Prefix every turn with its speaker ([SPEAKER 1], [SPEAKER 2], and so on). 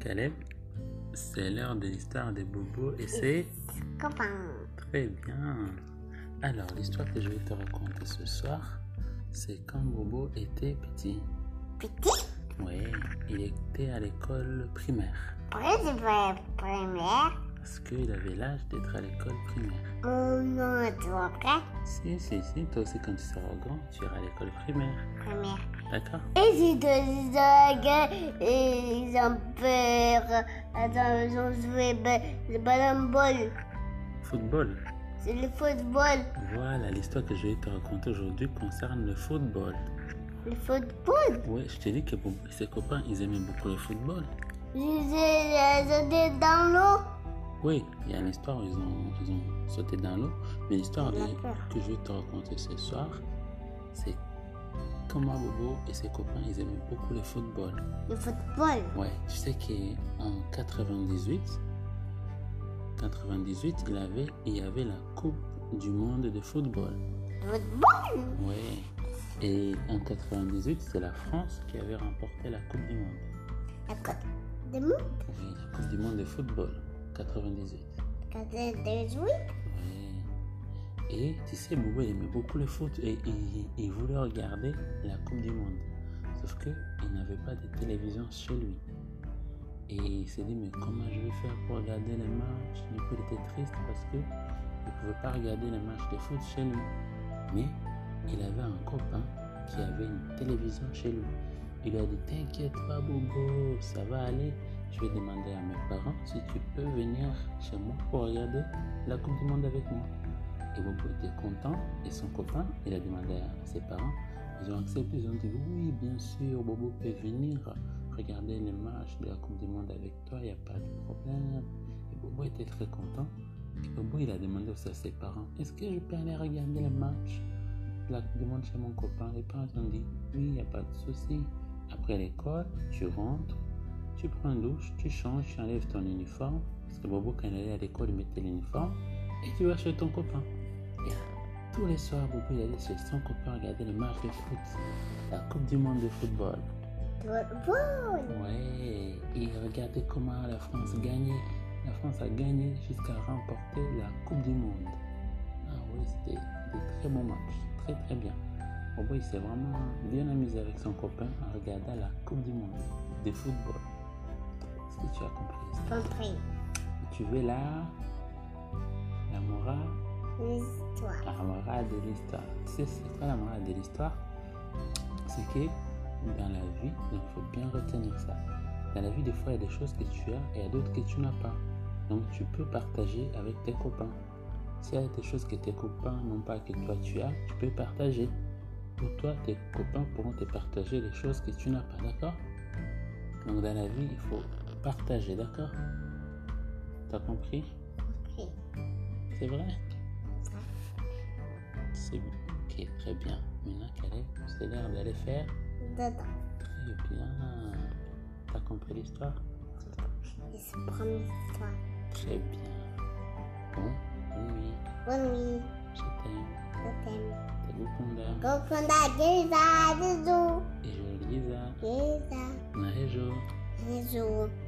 [SPEAKER 1] Caleb, c'est l'heure de l'histoire de Bobo et c'est
[SPEAKER 2] Copain.
[SPEAKER 1] très bien. Alors, l'histoire que je vais te raconter ce soir, c'est quand Bobo était petit.
[SPEAKER 2] Petit.
[SPEAKER 1] Oui, il était à l'école primaire
[SPEAKER 2] Pourquoi tu vas première
[SPEAKER 1] parce qu'il avait l'âge d'être à l'école primaire.
[SPEAKER 2] Oh non, tu vois pas
[SPEAKER 1] Si, si, si, toi aussi quand tu seras grand, tu iras à l'école primaire.
[SPEAKER 2] première.
[SPEAKER 1] D'accord
[SPEAKER 2] Et si deux dogs, ils ont peur. Attends, ils ont joué ba- le ballon ball.
[SPEAKER 1] Football.
[SPEAKER 2] C'est le football.
[SPEAKER 1] Voilà, l'histoire que je vais te raconter aujourd'hui concerne le football.
[SPEAKER 2] Le football.
[SPEAKER 1] Oui, je te dis que Bobo et ses copains, ils aimaient beaucoup le football.
[SPEAKER 2] Ils ont sauté dans l'eau.
[SPEAKER 1] Oui, il y a une histoire où ils ont, ils ont sauté dans l'eau. Mais l'histoire
[SPEAKER 2] Il a
[SPEAKER 1] est-
[SPEAKER 2] peur.
[SPEAKER 1] que je vais te raconter ce soir, c'est comment Bobo et ses copains, ils aimaient beaucoup le football.
[SPEAKER 2] Le football.
[SPEAKER 1] Ouais, tu sais qu'en 98, 98, il, avait, il y avait la Coupe du Monde de football.
[SPEAKER 2] Le football.
[SPEAKER 1] Ouais. Et en 98, c'est la France qui avait remporté la Coupe du Monde.
[SPEAKER 2] La côte des monts.
[SPEAKER 1] Oui, la Coupe du Monde de football, 98.
[SPEAKER 2] Quand c'est des jouets.
[SPEAKER 1] Ouais. Et tu sais, Bobo il aimait beaucoup le foot et il, il voulait regarder la Coupe du Monde. Sauf que il n'avait pas de télévision chez lui. Et il s'est dit, mais comment je vais faire pour regarder les matchs Du coup, il était triste parce que il ne pouvait pas regarder les matchs de foot chez lui. Mais il avait un copain qui avait une télévision chez lui. Il lui a dit, t'inquiète pas, Bobo, ça va aller. Je vais demander à mes parents si tu peux venir chez moi pour regarder la Coupe du Monde avec moi. Et Bobo était content et son copain, il a demandé à ses parents. Ils ont accepté, ils ont dit oui, bien sûr, Bobo peut venir regarder le match de la Coupe du Monde avec toi, il n'y a pas de problème. Et Bobo était très content. Et Bobo, il a demandé aussi à ses parents est-ce que je peux aller regarder le match de la Coupe du Monde chez mon copain Les parents ont dit oui, il n'y a pas de souci. Après l'école, tu rentres, tu prends une douche, tu changes, tu enlèves ton uniforme. Parce que Bobo, quand il allait à l'école, il mettait l'uniforme. Et tu vas chez ton copain. Et tous les soirs, Bobo, il allait chez son copain regarder le match de foot. La Coupe du Monde de football.
[SPEAKER 2] Football.
[SPEAKER 1] Ouais. Et regardez comment la France gagnait. La France a gagné jusqu'à remporter la Coupe du Monde. Ah oui, c'était des très bons matchs. Très, très bien. Bobo, il s'est vraiment bien amusé avec son copain en regardant la Coupe du Monde de football. Est-ce que tu as compris ça?
[SPEAKER 2] Compris.
[SPEAKER 1] Tu veux la, la morale,
[SPEAKER 2] L'histoire.
[SPEAKER 1] la morale de l'histoire. Tu sais, c'est quoi la morale de l'histoire C'est que dans la vie, il faut bien retenir ça. Dans la vie, des fois, il y a des choses que tu as et il y a d'autres que tu n'as pas. Donc, tu peux partager avec tes copains. S'il y a des choses que tes copains n'ont pas que toi tu as, tu peux partager. Ou toi, tes copains pourront te partager les choses que tu n'as pas, d'accord Donc, dans la vie, il faut partager, d'accord T'as compris
[SPEAKER 2] Compris.
[SPEAKER 1] c'est vrai C'est ok, très bien. Maintenant, Caleb, c'est l'heure d'aller faire
[SPEAKER 2] Dedans.
[SPEAKER 1] très bien. T'as compris l'histoire
[SPEAKER 2] Et c'est la première histoire.
[SPEAKER 1] Très bien. Bon, bonne nuit.
[SPEAKER 2] Bonne nuit.
[SPEAKER 1] Je t'aime.
[SPEAKER 2] Je t'aime.
[SPEAKER 1] T'es Gokunda.
[SPEAKER 2] Gokunda, Geza, bisous.
[SPEAKER 1] Et je Lisa.
[SPEAKER 2] Geza,
[SPEAKER 1] Nahejo.
[SPEAKER 2] bisous.